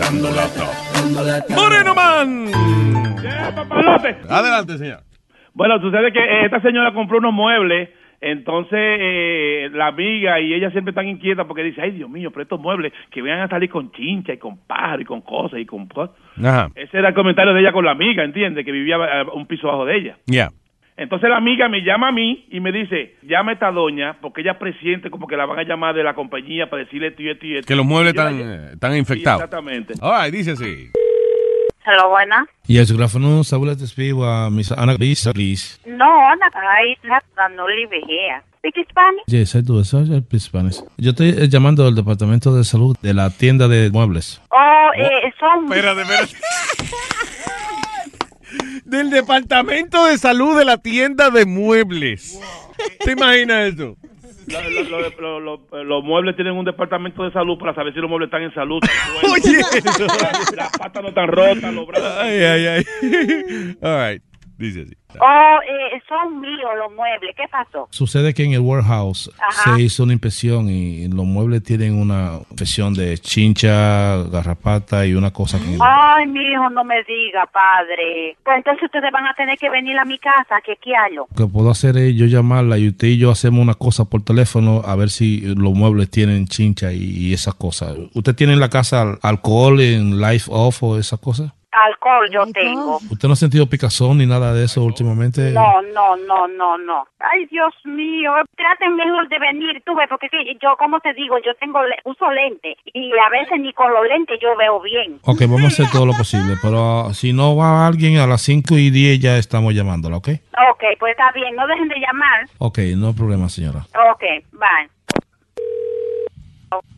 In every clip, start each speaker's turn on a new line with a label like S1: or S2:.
S1: dando lata.
S2: Moreno Man.
S3: Papalote.
S2: Adelante, señor.
S3: Bueno, sucede que eh, esta señora compró unos muebles, entonces eh, la amiga y ella siempre están inquietas porque dice, ay Dios mío, pero estos muebles que vayan a salir con chincha y con pájaro y con cosas y con... cosas".
S2: Ajá.
S3: Ese era el comentario de ella con la amiga, ¿entiendes? Que vivía eh, un piso abajo de ella.
S2: Ya.
S3: Entonces la amiga me llama a mí y me dice, llama a esta doña porque ella presiente como que la van a llamar de la compañía para decirle esto y esto y esto.
S2: Que los muebles
S3: Y la-
S2: están, eh, están
S3: Sí,
S2: infectados.
S3: Exactamente.
S2: All right, dice así.
S4: Hello, buena.
S5: Yes, good afternoon. I would like to speak with Miss Ana Lisa, please.
S4: No, Ana, I have no live here. Speak Spanish?
S5: Yes, I do. So I speak Spanish. pues, Yo estoy eh, llamando del Departamento de Salud de la tienda de muebles.
S4: Oh, eh, son...
S2: Espérate, espérate. Del departamento de salud de la tienda de muebles. ¿Te imaginas eso?
S3: Lo- lo- lo- lo- lo- los muebles tienen un departamento de salud para saber si los muebles están en salud.
S2: Oye.
S3: Las patas no están rotas, los brazos.
S2: Ay, ay, ay. All right, dice así.
S4: Oh, eh, son míos los muebles. ¿Qué pasó?
S5: Sucede que en el warehouse
S4: Ajá.
S5: se hizo una inspección y los muebles tienen una infección de chincha, garrapata y una cosa que...
S4: Ay, mi hijo, no me diga, padre. Pues entonces ustedes van a tener que venir a mi casa, que quiero.
S5: Lo que puedo hacer es yo llamarla y usted y yo hacemos una cosa por teléfono a ver si los muebles tienen chincha y, y esas cosas. ¿Usted tiene en la casa al- alcohol en life off o esas cosas?
S4: Alcohol yo tengo.
S5: ¿Usted no ha sentido picazón ni nada de eso últimamente?
S4: No, no, no, no, no. Ay, Dios mío, traten mejor de venir, tú ves, porque sí, yo, como te digo, yo tengo, le- uso lente y a veces ni con los lentes yo veo bien.
S5: Ok, vamos a hacer todo lo posible, pero ah, si no va alguien a las 5 y 10 ya estamos llamándola, ¿ok?
S4: Ok, pues está bien, no dejen de llamar.
S5: Ok, no hay problema, señora.
S4: Ok, bye.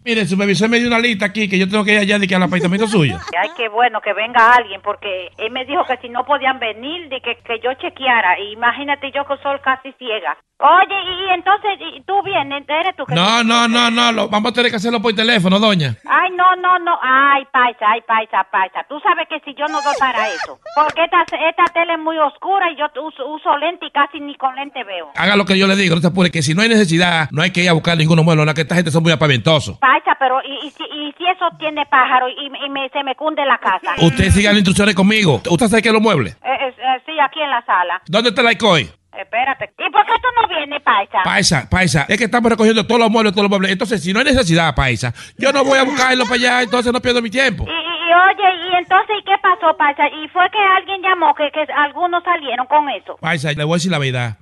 S5: Mire, el supervisor me dio una lista aquí que yo tengo que ir allá de que al apartamento suyo.
S4: Ay, qué bueno que venga alguien, porque él me dijo que si no podían venir, de que, que yo chequeara. Imagínate yo que soy casi ciega. Oye, y, y entonces, y tú vienes, eres tú que...
S5: No, no, no, no, lo- vamos a tener que hacerlo por teléfono, doña.
S4: Ay, no, no, no. Ay, paisa, ay, paisa, paisa. Tú sabes que si yo no doy para eso. Porque esta, esta tele es muy oscura y yo uso, uso lente y casi ni con lente veo.
S5: Haga lo que yo le digo, no se apure, que si no hay necesidad, no hay que ir a buscar ninguno mueble, la que esta gente son muy apaventosos.
S4: Paisa, pero ¿y, y si, y si eso tiene pájaro y, y me, se me cunde la casa?
S5: Usted siga las instrucciones conmigo. ¿Usted sabe qué es los muebles?
S4: Eh, eh, eh, sí, aquí en la sala.
S5: ¿Dónde está el alcohol?
S4: Espérate. ¿Y por qué tú no vienes, paisa?
S5: Paisa, paisa, es que estamos recogiendo todos los muebles, todos los muebles. Entonces, si no hay necesidad, paisa, yo no voy a buscarlo para allá, entonces no pierdo mi tiempo.
S4: Y, y- y oye, ¿y entonces ¿y qué pasó, Paisa? ¿Y fue que alguien llamó, que, que algunos salieron con eso?
S5: Paisa, le voy a decir la verdad.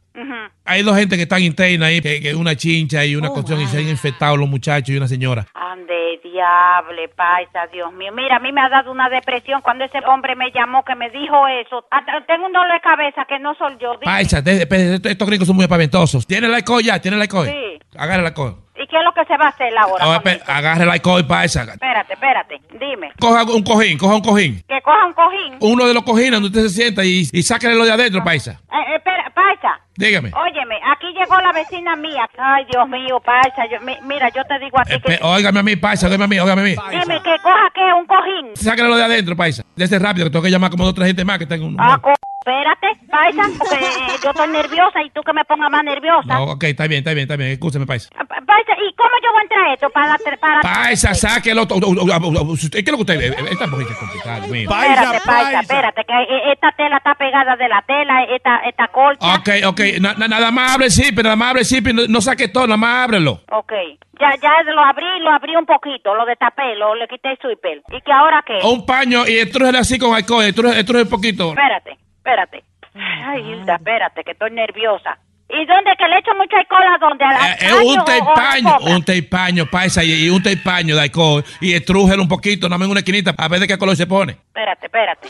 S5: Hay dos gente que están interna ahí, que, que una chincha y una cuestión, y se han infectado los muchachos y una señora.
S4: Ande, diable, Paisa, Dios mío. Mira, a mí me ha dado una depresión cuando ese hombre me llamó, que me dijo eso. Hasta tengo un dolor de cabeza que no soy yo. dime.
S5: Paisa, de- de- estos, estos gringos son muy apaventosos. ¿Tiene el alcohol ya? ¿Tiene el alcohol?
S4: Sí.
S5: Agarra el alcohol.
S4: ¿Y qué es lo que se va a hacer ahora?
S5: Oh,
S4: con
S5: espera,
S4: esto?
S5: agarra el alcohol, paisa.
S4: Espérate, espérate. Dime.
S5: Coja un cojín, coja un cojín.
S4: Que coja un cojín.
S5: Uno de los cojines donde usted se sienta y, y sáquele lo de adentro, paisa.
S4: Eh, eh, espera, Paisa.
S5: Dígame.
S4: Óyeme, aquí llegó la vecina mía. Ay, Dios mío, Paisa. yo- mi- mira, yo te digo a ti Ah, que...
S5: Espe- óigame a mí, Eh, paisa, óigame a mí, óigame a mí.
S4: Dime que coja que un cojín.
S5: Sácale lo de adentro, paisa. De ese rápido, que tengo que llamar como dos o tres gente más que están en un.
S4: Ah, co- espérate, paisa, porque eh, yo estoy nerviosa y tú que me pongas más nerviosa.
S5: No, ok, está bien, está bien, está bien. Escúcheme, paisa.
S4: Ah, pa- Paisa, ¿y cómo yo voy a entrar esto para... tra- para
S5: Paisa, sáquelo. to- u- u- u- u- u- ¿Qué es lo que usted.? eh, Esta mujer es complicada, mío.
S4: Espérate, paisa, espérate, que eh, esta tela está pegada de la tela, esta, esta colcha.
S5: Ok, ok. na- na- nada más abre el zipper, nada más abre el zipper. No, no saque todo, nada más ábrelo.
S4: Ok, ya, ya lo abrí, lo abrí un poquito, lo destapé, lo le quité el zipper. ¿Y que ahora qué?
S5: O un paño y estrujele así con alcohol. Estrujele, estrujele poquito.
S4: Espérate, espérate.
S5: Ah.
S4: Ay, Hilda, espérate, que estoy nerviosa. ¿Y dónde que le echo mucha cola? ¿Dónde? ¿Al
S5: Eh, eh,
S4: paño
S5: un
S4: o- o a la
S5: teipaño,
S4: copa?
S5: un teipaño, paisa, y, y un teipaño de alcohol, y estrújelo un poquito, nada más en una esquinita, a ver de qué color se pone.
S4: Espérate, espérate.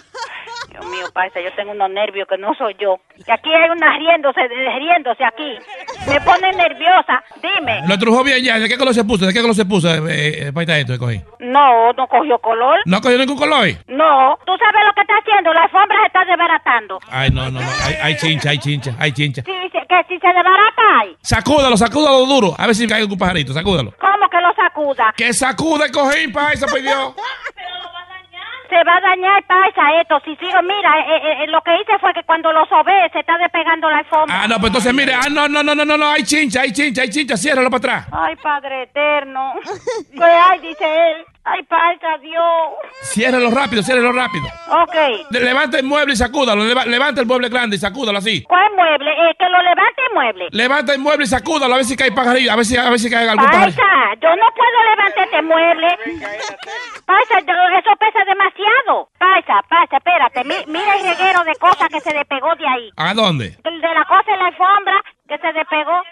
S4: Dios mío, paisa, yo tengo unos nervios que no soy yo. Y aquí hay una riéndose, de- riéndose aquí. Me pone nerviosa. Dime.
S5: Lo estrujó bien ya, ¿de qué color se puso? ¿De qué color se puso? Eh, eh, paisa, esto que cogí.
S4: No, no cogió color.
S5: ¿No cogió ningún color? eh?
S4: No. ¿Tú sabes lo que está haciendo? La alfombra se está desbaratando.
S5: Ay, no, no, no, hay, hay chincha, hay chincha, hay chincha.
S4: Si, se- que si se desbarata ahí,
S5: Sacúdalo, sacúdalo duro, a ver si cae algún pajarito, sacúdalo.
S4: ¿cómo que lo sacuda?
S5: Que sacude el cojín, paisa, por Dios.
S4: Se va a dañar, paisa, esto. Si sigo, mira, eh, eh, eh, lo que hice fue que cuando lo sobé, se está despegando la alfombra.
S5: Ah, no, pues entonces mire, ah, no, no, no, no, no, no, hay chincha, hay chincha, hay chincha, ciérralo para atrás.
S4: Ay, Padre eterno. ¿Qué hay? Dice él. Ay, paisa, Dios.
S5: Ciérrelo rápido, ciérrelo rápido.
S4: Ok.
S5: Le- Levanta el mueble y sacúdalo. Leva- levanta el mueble grande y sacúdalo así.
S4: ¿Cuál mueble? Eh, que lo levante el mueble.
S5: Levanta el mueble y sacúdalo a ver si cae pajarillo, a ver si, a ver si cae algún pajarillo.
S4: Paisa, yo no puedo levantar este mueble. Paisa, yo- eso pesa demasiado. Paisa, paisa, espérate. mi- mira el reguero de cosas que se despegó de ahí.
S5: ¿A dónde?
S4: De, de la cosa en la alfombra que se despegó.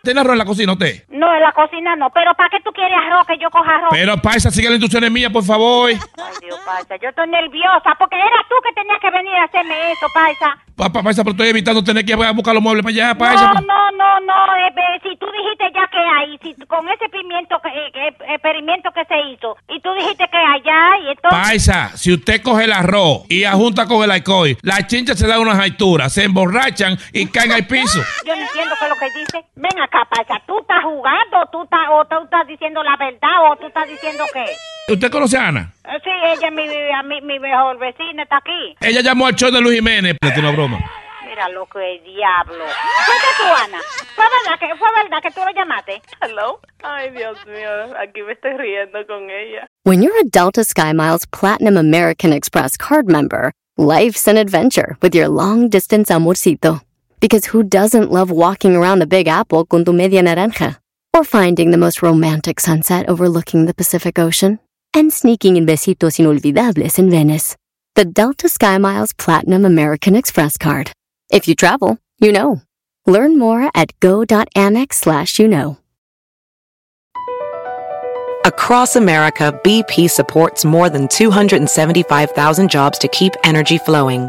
S5: ¿Tiene arroz en la cocina usted?
S4: No, en la cocina no. Pero ¿para qué tú quieres arroz que yo coja arroz?
S5: Pero, paisa, sigue las instrucciones mías, por favor.
S4: Ay, Dios, paisa, yo estoy nerviosa porque eras tú que tenías que venir a hacerme eso, paisa.
S5: Pa- pa- paisa, pero estoy evitando tener que ir a buscar los muebles para allá, paisa.
S4: No, no, no, no, eh, ve, si tú dijiste ya que hay, si tú- con ese pimiento que- eh, eh, experimento que se hizo, y tú dijiste que allá, y entonces...
S5: Paisa, si usted coge el arroz y ajunta con el alcohol, las chinchas se dan unas alturas, se emborrachan y caen al piso.
S4: Yo no entiendo qué es lo que dice. Ven acá, paisa, tú estás jugando, tú estás, o tú estás diciendo la verdad, o tú estás diciendo que...
S5: ¿Usted conoce a Ana?
S4: Eh, Sí, ella es mi, mi, mi mejor vecina, está aquí.
S5: Ella llamó al show de Luis Jiménez. Le tiene una broma.
S4: Mira lo que es diablo. Cuenta tú, Ana. ¿Fue verdad que, fue verdad que tú lo llamaste?
S6: Hello. Ay, Dios mío, aquí me estoy riendo con ella.
S7: When you're a Delta SkyMiles Platinum American Express card member, life's an adventure with your long distance amorcito. Because who doesn't love walking around the Big Apple con tu media naranja? Or finding the most romantic sunset overlooking the Pacific Ocean? And sneaking in besitos inolvidables in Venice. The Delta SkyMiles Platinum American Express card. If you travel, you know. Learn more at go.amex slash you know.
S8: Across America, BP supports more than 275,000 jobs to keep energy flowing.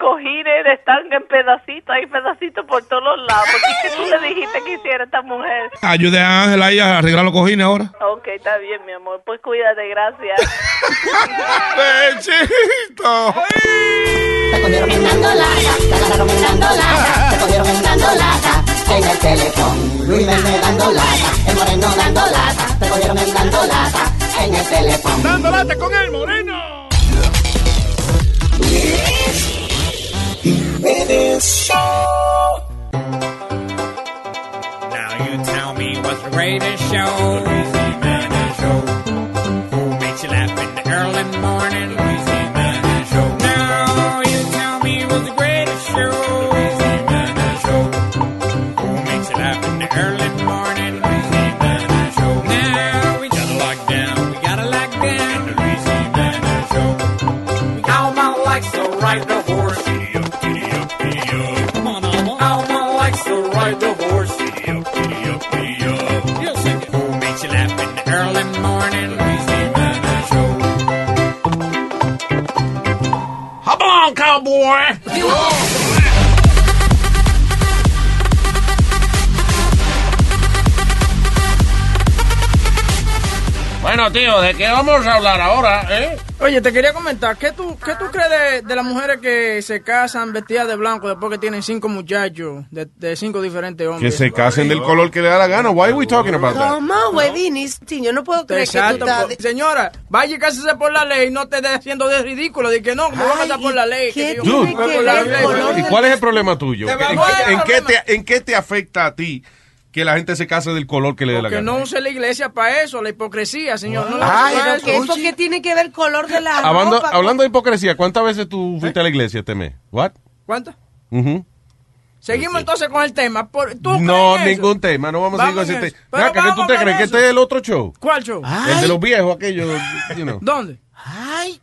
S6: cojines están en pedacitos, hay pedacitos por todos lados. ¿Por qué tú le dijiste que hiciera esta mujer?
S5: Ayude a Ángela ahí a arreglar los cojines ahora.
S6: Ok, está bien, mi amor. Pues cuídate, gracias.
S9: ¡Bechito! ¡Dando lata con el moreno!
S10: Now you tell me what's the greatest show? Louisiana Show. Who makes you laugh in the early morning? Louisiana Show. Now you tell me what's the greatest show? Louisiana Show. Who makes you laugh in the early morning? Louisiana Show. Now we gotta lock down. We gotta lock down. The Louisiana Show. All my likes to ride the horse. Giddy up, giddy up, giddy up. Come on, Alma. All my likes to ride the horse. Giddy up, giddy up, giddy up. You'll sing it. Who makes you laugh in the early morning? Louisiana Show. Hop on, cowboy!
S11: Bueno, tío, ¿de qué vamos a hablar ahora, eh?
S12: Oye, te quería comentar, ¿qué tú, qué tú crees de, de las mujeres que se casan vestidas de blanco después que tienen cinco muchachos de, de cinco diferentes
S9: Que
S12: hombres?
S9: se casen del color que le da la gana. Why are we talking about that?
S13: ¿Cómo, huevín? Yo no puedo creer que tú
S12: Exacto.
S13: estás...
S12: po- Señora, vaya y cásese por la ley, no te estés haciendo de ridículo, de que no, me van a
S13: Ay,
S12: casar por
S13: ¿y
S12: la ley.
S13: qué
S12: que yo-
S9: Dude,
S13: tiene
S12: por la
S13: ver
S12: ley.
S13: con lo
S9: ¿y cuál es el problema tuyo?
S12: Te
S9: ¿En,
S12: vamos a dar
S9: en qué
S12: problema.
S9: te, ¿En qué te afecta a ti que la gente se case del color que le dé la
S12: Que
S9: gana? Ah,
S12: no use la iglesia para eso, la hipocresía, señor. No,
S13: Ay,
S12: para
S13: pero
S12: eso.
S13: ¿qué? ¿Por qué tiene que ver el color de la
S9: Hablando,
S13: ropa?
S9: hablando de hipocresía, ¿cuántas veces tú fuiste a la iglesia este mes? ¿What?
S12: ¿Cuánto?
S9: Ujú.
S12: Seguimos entonces con el tema. Por- ¿tú
S9: No,
S12: crees eso?
S9: ningún tema, no vamos, a
S12: Vamos
S9: seguir
S12: en
S9: con ese
S12: eso.
S9: tema.
S12: Pero
S9: Naca, ¿Qué tú
S12: vamos
S9: te
S12: con
S9: crees? ¿Que
S12: eso.
S9: este es el otro show?
S12: ¿Cuál show?
S9: El de los viejos, aquello, you know.
S12: ¿Dónde?
S13: Ay,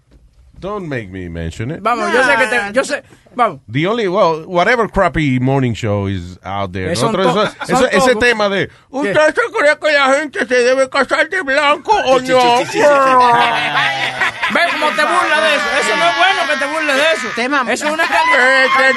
S9: Don't make me mention it.
S12: Vamos, yo sé que te, yo sé, vamos.
S9: The only, well, whatever crappy morning show is out there.
S12: Que son
S9: Nosotros,
S12: to-
S9: eso-
S12: son
S9: eso- ese
S12: todos.
S9: tema de, ¿usted se cree que la gente se debe casar de blanco o no?
S12: Ve cómo te burlas de eso. Eso no es bueno que te burles de eso.
S13: Tema-
S12: Eso es una
S9: Este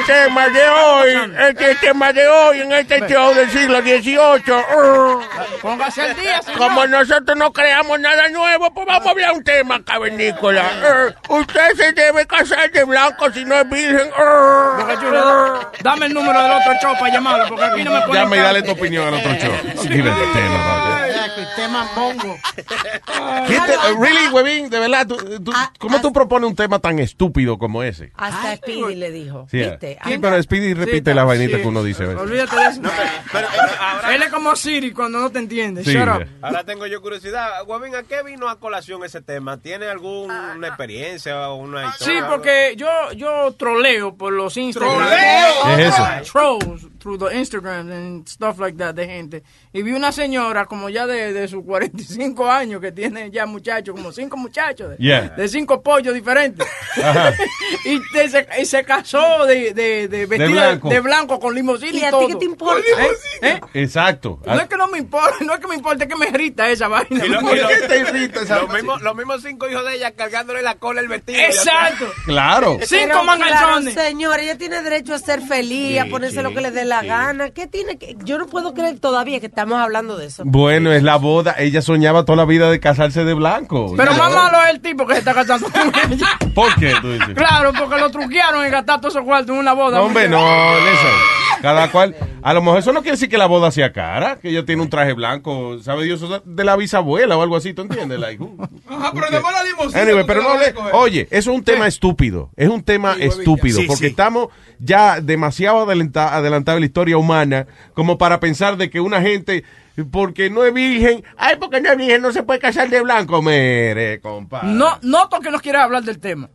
S12: calidad.
S9: tema de hoy, este tema de hoy en este show del siglo XVIII.
S12: Póngase al día, señor.
S9: Como nosotros no creamos nada nuevo, pues vamos a hablar un tema, cavernícola. Eh, usted se debe casar de blanco si no es virgen. Eh,
S12: Boca Chula, da- dame el número del otro show para llamarlo, porque aquí no me ponen
S9: Llama y dale tu
S12: cable.
S9: opinión al otro show. Escríbete, no, no, no.
S14: tema mongo.
S9: ¿Quién te- really, huevín, de verdad, tú- tú- ¿cómo tú propones un tema tan estúpido como ese?
S14: Hasta Speedy le dijo.
S9: Sí, eh.
S14: ¿Viste?
S9: sí, pero Speedy repite
S12: Sí,
S9: las vainitas
S12: sí.
S9: que uno dice. a veces.
S12: Olvídate de eso. Él es como Siri cuando no te entiende.
S9: Sí, eh.
S12: Shut
S9: ya.
S12: up.
S11: Ahora tengo yo curiosidad, Guavín, ¿a qué vino a colación ese tema? ¿Tiene alguna experiencia o una
S12: Sí,
S11: historia?
S12: porque yo, yo troleo por los Instagram.
S11: ¿Troleo? ¿Qué es eso?
S12: Trolls through the Instagram and stuff like that de gente. Y vi una señora como ya de, de sus 45 años que tiene ya muchachos, como cinco muchachos. De,
S9: Yeah.
S12: de cinco pollos diferentes.
S9: Ajá.
S12: y, te- se, y se casó de, de, de vestida de
S9: blanco.
S12: blanco, con limosina y,
S14: ¿Y a ti
S12: todo.
S14: qué te importa?
S12: ¿Eh? ¿Eh?
S9: Exacto. Ah,
S12: No es que no me importa, no es que me importe, es que me irrita esa vaina.
S9: ¿Por qué te irrita esa
S11: Los mismos los mismos cinco hijos de ella cargándole la cola el vestido.
S12: Exacto.
S9: Claro.
S14: Pero
S12: manganzones.
S14: claro, señor, ella tiene derecho a ser feliz, a ponerse lo que le dé la gana. ¿Qué tiene que- Yo no puedo creer todavía que estamos hablando de eso.
S9: Bueno, es la boda. Ella soñaba toda la vida de casarse de blanco.
S12: Pero
S9: Y
S12: más
S9: ahora-
S12: malo es el tipo que se está casando con ella.
S9: ¿Por qué tú dices?
S12: Claro, porque lo truquearon y gastar todos esos cuartos en una boda.
S9: No, hombre, no, Nelson. Cada cual. A lo mejor eso no quiere decir que la boda sea cara, que ella tiene un traje blanco, sabe Dios, o sea, de la bisabuela o algo así, ¿tú entiendes? Like, uh,
S15: Ajá, pero además la limosina.
S9: Anyway,
S15: tú
S9: pero
S15: te la
S9: no
S15: vas a
S9: le.
S15: coger.
S9: Oye, eso es un tema estúpido. Es un tema estúpido.
S15: Sí,
S9: porque
S15: sí.
S9: estamos ya demasiado adelanta- adelantados en la historia humana como para pensar de que una gente. Porque no es virgen. Ay, porque no es virgen, no se puede casar de blanco. Mere, compa.
S12: No, noto que no quiere hablar del tema.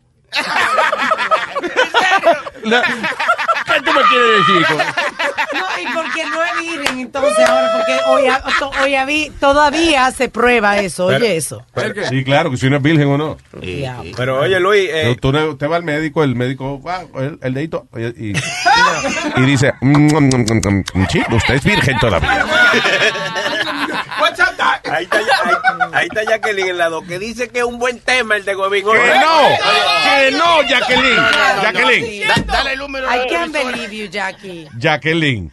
S9: La- ¿Qué tú me quieres decir? co-
S14: No, y porque no es virgen, entonces ahora, porque hoy, a- to- hoy a vi- todavía se prueba eso,
S9: Pero-
S14: oye eso.
S9: pero- sí, claro, que si no es virgen o no.
S11: Pero oye, Luis, eh,
S9: Pero tú no- usted va al médico, el médico, ah, el, el dedito, y, y- y dice, "Mm, mm, mm, mm, sí, usted es virgen todavía.
S11: Ahí está, ya- ahí, ahí está Jacqueline en la dos, que dice que es un buen tema el de Guavín.
S9: ¡Que no! ¡Que no, Jacqueline! Jacqueline,
S11: dale el número.
S14: I can't believe you, Jackie.
S9: Jacqueline,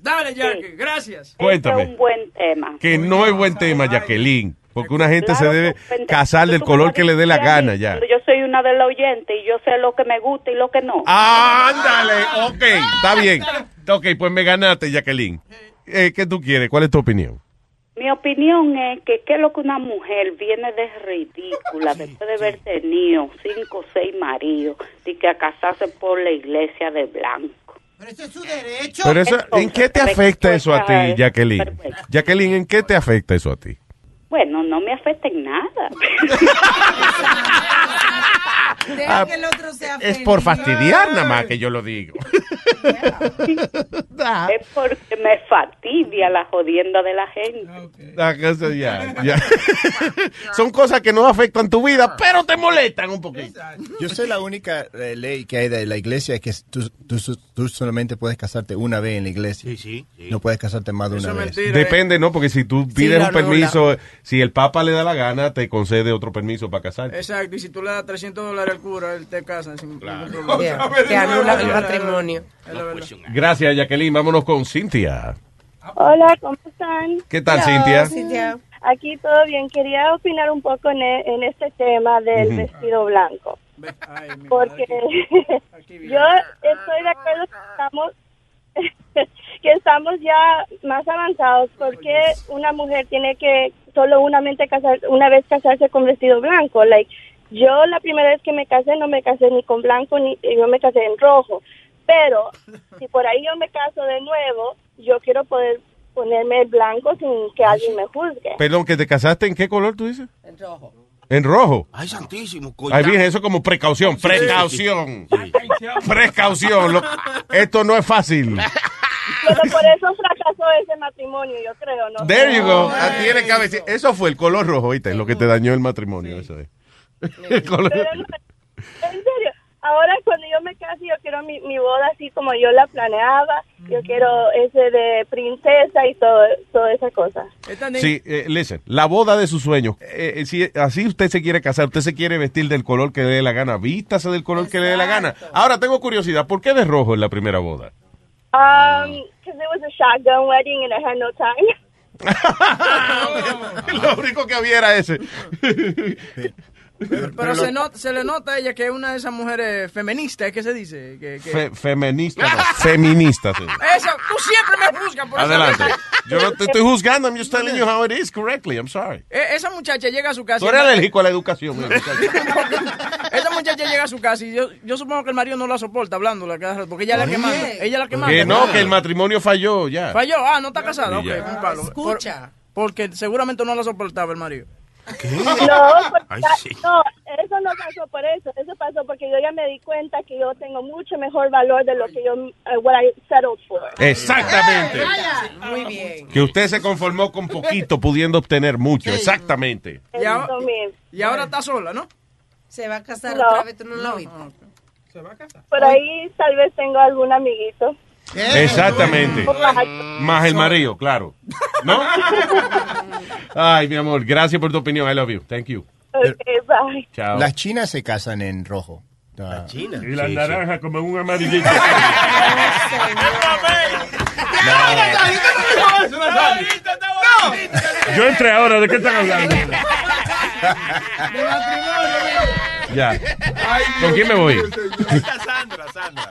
S12: Dale, Jackie, gracias.
S9: Cuéntame.
S16: Este un buen tema.
S9: que no es buen tema, Jacqueline, porque una gente se
S16: Claro,
S9: debe
S16: pendejo.
S9: casar del
S16: Tú
S9: color
S16: me
S9: que le dé la
S16: dijiste a mí,
S9: gana ya.
S16: cuando Yo soy una de las oyentes y yo sé lo que me gusta y lo que no.
S9: Ándale, ok, está bien. Ok, pues me ganaste, Jacqueline. Eh, ¿Qué tú quieres? ¿Cuál es tu opinión?
S16: Mi opinión es que qué es lo que una mujer viene de ridícula después de haber tenido cinco o seis maridos y que a casarse por la iglesia de blanco.
S9: Pero eso, ¿en qué te afecta
S16: pues,
S9: eso a ti,
S16: Entonces,
S9: Jacqueline? Jacqueline, ¿en qué te afecta eso a ti?
S16: Bueno, no me afecta en nada.
S14: Deja
S9: Ah,
S14: que el otro sea
S9: Es
S14: feliz. Ah.
S9: por fastidiar nada más que yo lo digo.
S16: es porque me fastidia la jodienda de la gente.
S9: La cosa ya, ya. Son cosas que no afectan tu vida, pero te molestan un poquito.
S17: Yo sé la única eh, ley que hay de la iglesia es que tú, tú, tú solamente puedes casarte una vez en la iglesia. No puedes casarte más de una vez.
S9: Depende, ¿no? Porque si tú pides
S12: lo
S9: un
S12: anula.
S9: permiso, si el Papa le da la gana, te concede otro permiso para casarte.
S12: Exacto, y si tú le das 300 dólares al cura, él te casa. Sin ningún
S14: Yeah,
S12: problema.
S14: Te anula el matrimonio.
S12: Es la verdad.
S9: Gracias, Jacqueline. Vámonos con Cintia.
S6: Hola, ¿cómo están?
S9: ¿Qué tal, Cintia?
S6: Aquí todo bien. Quería opinar un poco en, e- en este tema del
S9: Ujú.
S6: vestido blanco. Porque yo estoy de acuerdo que estamos, que estamos ya más avanzados. Porque una mujer tiene que solo una, mente casar, una vez casarse con vestido blanco. Like, yo la primera vez que me casé no me casé ni con blanco, ni yo me casé en rojo. Pero si por ahí yo me caso de nuevo, yo quiero poder ponerme el blanco sin que alguien me juzgue.
S9: Perdón, ¿que te casaste en qué color tú dices?
S14: En rojo.
S9: En rojo.
S11: Ay, santísimo,
S9: Ay, bien, eso como precaución. Precaución. Precaución. lo- esto no es fácil.
S6: Ah, Pero por eso fracasó ese matrimonio, yo creo, ¿no?
S9: There you go. Ah, tiene cabeza. Eso fue el color rojo, ¿viste? Lo que te dañó el matrimonio. Eso es. El color-
S6: Pero no, en serio, ahora cuando yo me case, yo quiero mi, mi boda así como yo la planeaba. Yo quiero ese de princesa y todo, toda esa cosa.
S9: Sí, eh, listen, la boda de sus sueños. Eh, eh, si así usted se quiere casar, usted se quiere vestir del color que le dé la gana, vístase del color que le dé la gana. Ahora tengo curiosidad, ¿por qué de rojo en la primera boda?
S6: Um, because it was a shotgun wedding and I had no time.
S12: Ah.
S9: Lo único que había era ese.
S12: Pero se, nota- se le nota a ella que es una de esas mujeres feministas, ¿qué se dice? Que, que-
S9: Fe- feminista. no, feminista, sí.
S12: Eso, tú siempre me juzgas por eso.
S9: Adelante. Yo no te estoy juzgando, I'm just telling you how it is correctly. I'm sorry.
S12: E- Esa muchacha llega a su casa.
S9: Tú
S12: y-
S9: eres alérgico a la educación. mira, muchacho.
S12: Esa muchacha llega a su casa y yo, yo supongo que el marido no la soporta hablándola cada rato, porque ella es la que manda. Ella es la que manda.
S9: Que no, que el matrimonio falló ya.
S12: Falló, ah, no está casada, ok,
S9: Y ya.
S12: un palo. Escucha. porque seguramente no la soportaba el marido.
S14: No, porque- no, eso no pasó por eso. Eso pasó porque yo ya me di cuenta que yo tengo mucho mejor valor de lo que yo, eh, what I settled for.
S9: Exactamente.
S6: Muy bien.
S9: Que usted se conformó con poquito, pudiendo obtener mucho. Exactamente.
S12: Y ahora, y ahora está sola, ¿no?
S6: Se va a casar
S14: No.
S6: otra vez, tú no lo viste.
S12: Se va a casar.
S14: Por ahí tal vez tengo algún amiguito.
S9: Exactamente.
S14: Exacto.
S9: Más el marido, claro. ¿No? Ay, mi amor, gracias por tu opinión. I love you. Thank you. Chao.
S17: Las chinas se casan en rojo. Ah. Las
S13: chinas.
S9: Y las naranjas como un amarillito.
S11: Yo entré ahora, ¿de qué están hablando?
S9: Ya. ¿Con quién me voy?
S13: Sandra, Sandra.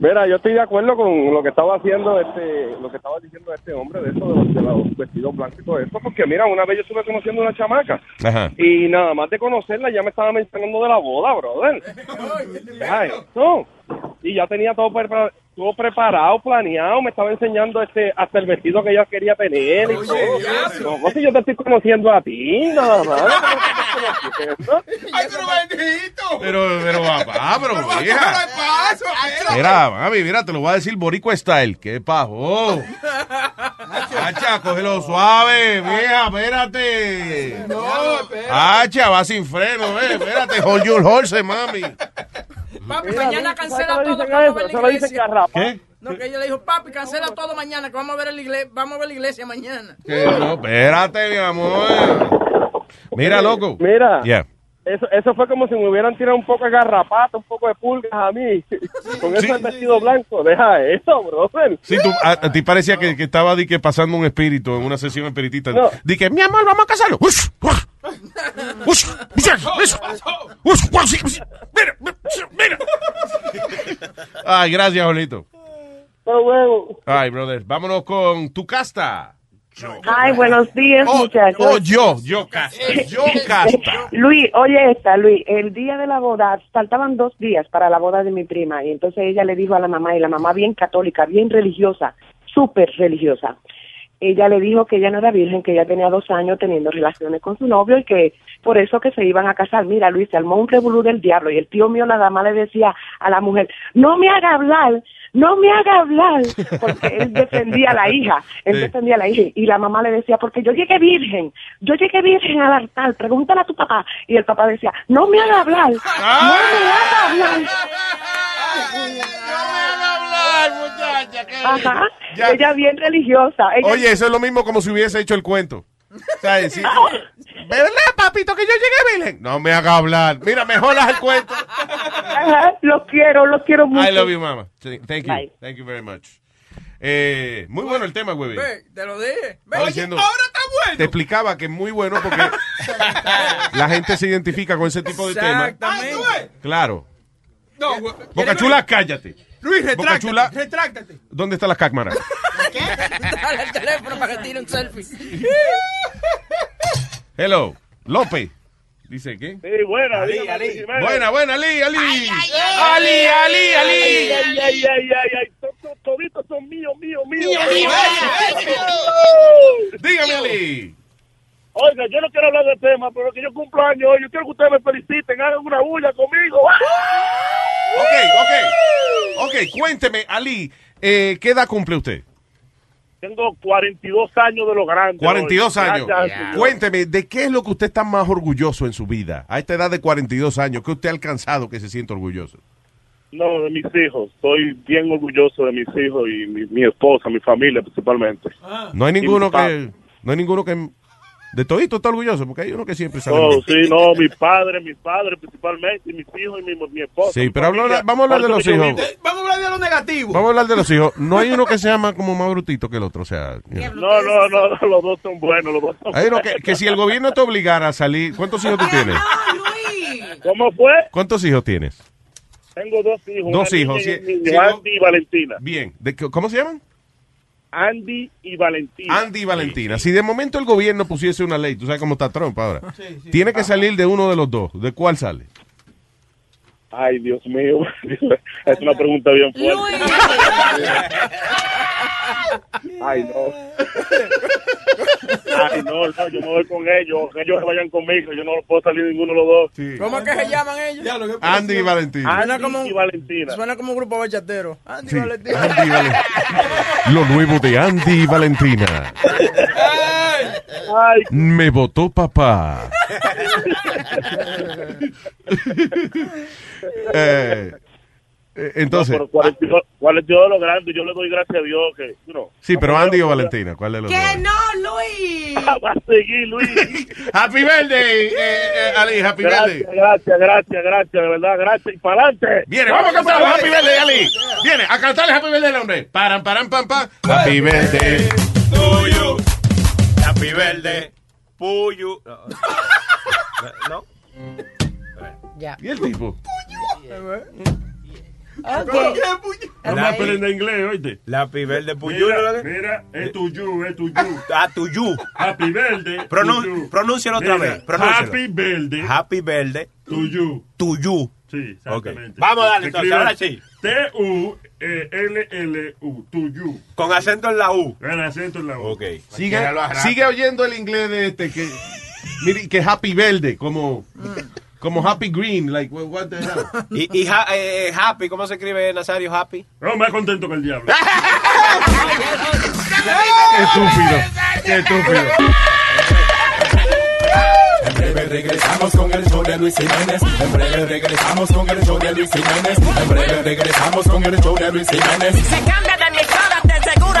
S15: Mira, yo estoy de acuerdo con lo que estaba haciendo este, lo que estaba diciendo este hombre de eso, de los, de los vestidos blancos y todo eso, porque mira, una vez yo estuve conociendo una chamaca
S9: Ajá.
S15: y nada más de conocerla ya me estaba mencionando de la boda, brother. Ay, no. Y ya tenía todo, prepa- todo preparado, planeado, me estaba enseñando este hasta el vestido que ella quería tener y todo. No, si yo te estoy conociendo a ti, nada más.
S9: Pero, Ah, pero, papá, Ah, pero, vieja.
S11: paso,
S9: Mira, mami, mira, te lo voy a decir Boricua Style. Qué pajo. Hacha, cógelo suave, vieja, espérate. Hacha, va sin freno, eh, espérate. Hold your horse, mami.
S12: Papi,
S15: Mira,
S12: mañana
S15: mira,
S12: cancela
S15: ¿sabes
S12: todo.
S15: cómo
S12: que
S15: dicen
S12: vamos a
S15: eso?
S12: ver la
S15: Eso lo dicen
S12: iglesia.
S15: garrapa.
S9: ¿Qué?
S12: No, que ella le dijo, papi, cancela todo mañana, que vamos a ver, la iglesia, vamos a ver la iglesia mañana.
S9: Que no, espérate, mi amor. Mira, loco.
S15: Mira.
S9: Yeah.
S15: Eso, eso fue como si me hubieran tirado un poco de garrapata, un poco de pulgas a mí. Con eso el vestido blanco. Deja eso, brother.
S9: Sí, tú, a, a ti parecía que, que estaba di que pasando un espíritu en una sesión espiritista.
S15: No.
S9: Di que, mi amor, vamos a casarlo. Ush, uah, ush, ush, ush, ush, uah, sí, sí. Mira, mira, mira. Ay, gracias, Jolito. Ay, brother. Vámonos con tu casta.
S14: Ay, buenos días, muchachos.
S9: Oh, yo, yo casta. Yo casta.
S14: Luis, oye esta, Luis, el día de la boda, faltaban dos días para la boda de mi prima y entonces ella le dijo a la mamá, y la mamá bien católica, bien religiosa, súper religiosa, ella le dijo que ella no era virgen, que ella tenía dos años teniendo relaciones con su novio y que por eso que se iban a casar. Mira, Luis, se armó un revolú del diablo y el tío mío nada más le decía a la mujer, no me haga hablar, no me haga hablar, porque él defendía a la hija, él
S9: Sí.
S14: defendía a la hija y la mamá le decía, porque yo llegué virgen, yo llegué virgen al altar, pregúntale a tu papá. Y el papá decía, no me haga hablar, no me haga hablar. Ajá,
S9: Ya.
S14: ella bien religiosa. ella-
S9: Oye, eso es lo mismo como si hubiese hecho el cuento. O sea, decir, ¿verdad, papito, que yo llegué virgen? No me haga hablar. Mira, mejor haz el cuento.
S14: Ajá, lo quiero, lo quiero mucho.
S9: I love you, mama. Thank you.
S14: Bye.
S9: Thank you very much. Eh, muy bueno el tema, güey.
S12: Ve, te lo dije. Ve,
S9: Estaba
S12: oye,
S9: diciendo-
S12: ahora está bueno.
S9: Te explicaba que es muy bueno porque la gente se identifica con ese tipo de temas.
S12: Exactamente.
S9: Claro.
S12: Eh,
S9: No, güey. Boca Chula, cállate.
S12: Luis,
S9: Boca Chula,
S12: retráctate. Retráctate.
S9: ¿dónde están las cámaras?
S12: ¿Qué? Dale el teléfono para que tire un selfie.
S9: Hello, López. Dice, ¿qué?
S13: Sí, buena,
S9: Ali,
S13: dígame,
S9: Ali.
S13: Luis Jiménez.
S9: Buena, buena, Ali, Ali.
S13: Ali, Ali, Ali.
S9: Ali.
S13: Ay, ay, ay, ay, ay. To- to- Toditos son míos, míos, míos.
S9: Mío, mío,
S13: Ay,
S9: mío.
S13: ay.
S9: Dígame, Ali.
S13: Oiga, yo no quiero hablar de tema, pero que yo cumplo años hoy. Yo quiero que ustedes me feliciten, hagan una bulla conmigo.
S9: Ok, ok. Ok, cuénteme, Ali, eh, ¿qué edad cumple usted?
S13: Tengo 42 años de lo grande.
S9: 42
S13: hoy.
S9: años.
S13: Gracias, señor.
S9: Cuénteme, ¿de qué es lo que usted está más orgulloso en su vida? A esta edad de 42 años, ¿qué usted ha alcanzado que se siente orgulloso?
S13: No, de mis hijos. Estoy bien orgulloso de mis hijos y mi, mi esposa, mi familia principalmente.
S9: No hay
S13: Y mi
S9: ninguno
S13: papá.
S9: que... No hay ninguno que... De todito está orgulloso, porque hay uno que siempre sale...
S13: No,
S9: mal.
S13: Oh, sí, no, mi padre, mi padre principalmente, y mis hijos y mi, mi esposa.
S9: Sí,
S13: mi
S9: pero habla-
S13: familia.
S9: vamos a hablar de
S13: Por
S9: los
S13: eso que yo
S9: hijos.
S13: vine-
S12: Vamos a hablar de lo negativo.
S9: Vamos a hablar de los hijos. No hay uno que sea más como más brutito que el otro, o sea... you know.
S13: No, no, no, no, los dos son buenos, los dos son
S9: Hay uno que, que si el gobierno te obligara a salir... ¿Cuántos hijos tú tienes?
S13: buenos. ¿Cómo fue?
S9: ¿Cuántos hijos tienes?
S13: Tengo dos hijos.
S9: Dos
S13: una
S9: hijos,
S13: niña y
S9: sí,
S13: un niño,
S9: sí,
S13: Andy y Valentina.
S9: Bien. ¿De qué- ¿Cómo se llaman?
S13: Andy y Valentina.
S9: Andy y Valentina. Si de momento el gobierno pusiese una ley, tú sabes cómo está Trump ahora. Tiene que salir de uno de los dos. ¿De cuál sale?
S13: Ay, Dios mío. es una pregunta bien fuerte. Ay, no. Ay, no, no, yo me voy con ellos. que Ellos se vayan conmigo. Yo no puedo salir ninguno de los dos.
S12: ¿Cómo es que se llaman ellos?
S9: Andy y Valentina.
S12: Suena como,
S13: Andy y Valentina.
S12: Suena como un grupo bachatero. Andy
S9: Sí,
S12: y Valentina.
S9: Andy y Valentina. Lo nuevo de Andy y Valentina.
S13: Ay,
S9: Me votó papá. Eh, eh, entonces,
S13: No, pero 42, 42 lo grande, yo le doy gracias a Dios que, you know.
S9: sí, pero Andy o Valentina, ¿cuál de los dos?
S14: ¡Que no, Luis!
S13: Va a seguir, Luis.
S9: Happy birthday,
S13: eh,
S9: Ali, happy
S13: gracias,
S9: birthday.
S13: Gracias, gracias, gracias, de verdad, gracias y para adelante.
S9: Viene, vamos a cantar Happy Birthday, Ali. Viene, a cantarle Happy Birthday al hombre. Paran, paran, pam, pam. Happy Birthday.
S11: Tuyo. Happy verde. Puyo. No. no.
S14: Ya.
S9: ¿Y el tipo?
S14: Ok.
S13: Ah,
S11: La-
S15: aprende inglés, oíste.
S11: Happy verde puyo.
S15: Mira, mira, es tuyo, es tuyo.
S11: Eh, Ah, tuyo.
S15: Happy verde.
S11: Pronun-
S15: tuyo.
S11: pronúncialo otra
S15: Mira,
S11: vez, pronúncialo.
S15: Happy verde.
S11: Happy verde.
S15: Tuyo.
S11: Tuyo.
S15: Sí, exactamente.
S11: Ok. Vamos a darle entonces,
S15: Escribe
S11: ahora sí.
S15: T-U-L-L-U, tuyo.
S11: Con acento en la U.
S15: Con acento en la U.
S11: Ok.
S9: Sigue, sigue oyendo el inglés de este que. Mire, que happy verde, como. Como happy green, like, what- what the hell?
S11: Y, y ha- eh, Happy, ¿cómo se escribe Nazario Happy? ¡Ah!
S15: No, más contento que el diablo.
S9: Qué estúpido. Qué estúpido.
S18: En breve regresamos con el show de Luis Jiménez. En breve regresamos con el show de Luis Jiménez. En breve regresamos con el show de Luis Jiménez.
S19: Se cambia de mi cara, te seguro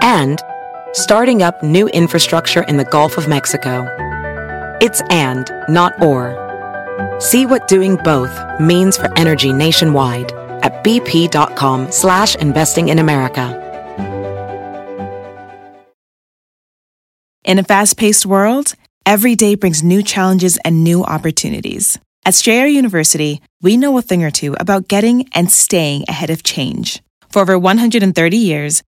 S8: and starting up new infrastructure in the Gulf of Mexico. It's and, not or. See what doing both means for energy nationwide at bp.com slash investing in America.
S20: In a fast paced world, every day brings new challenges and new opportunities. At Strayer University, we know a thing or two about getting and staying ahead of change. For over 130 years,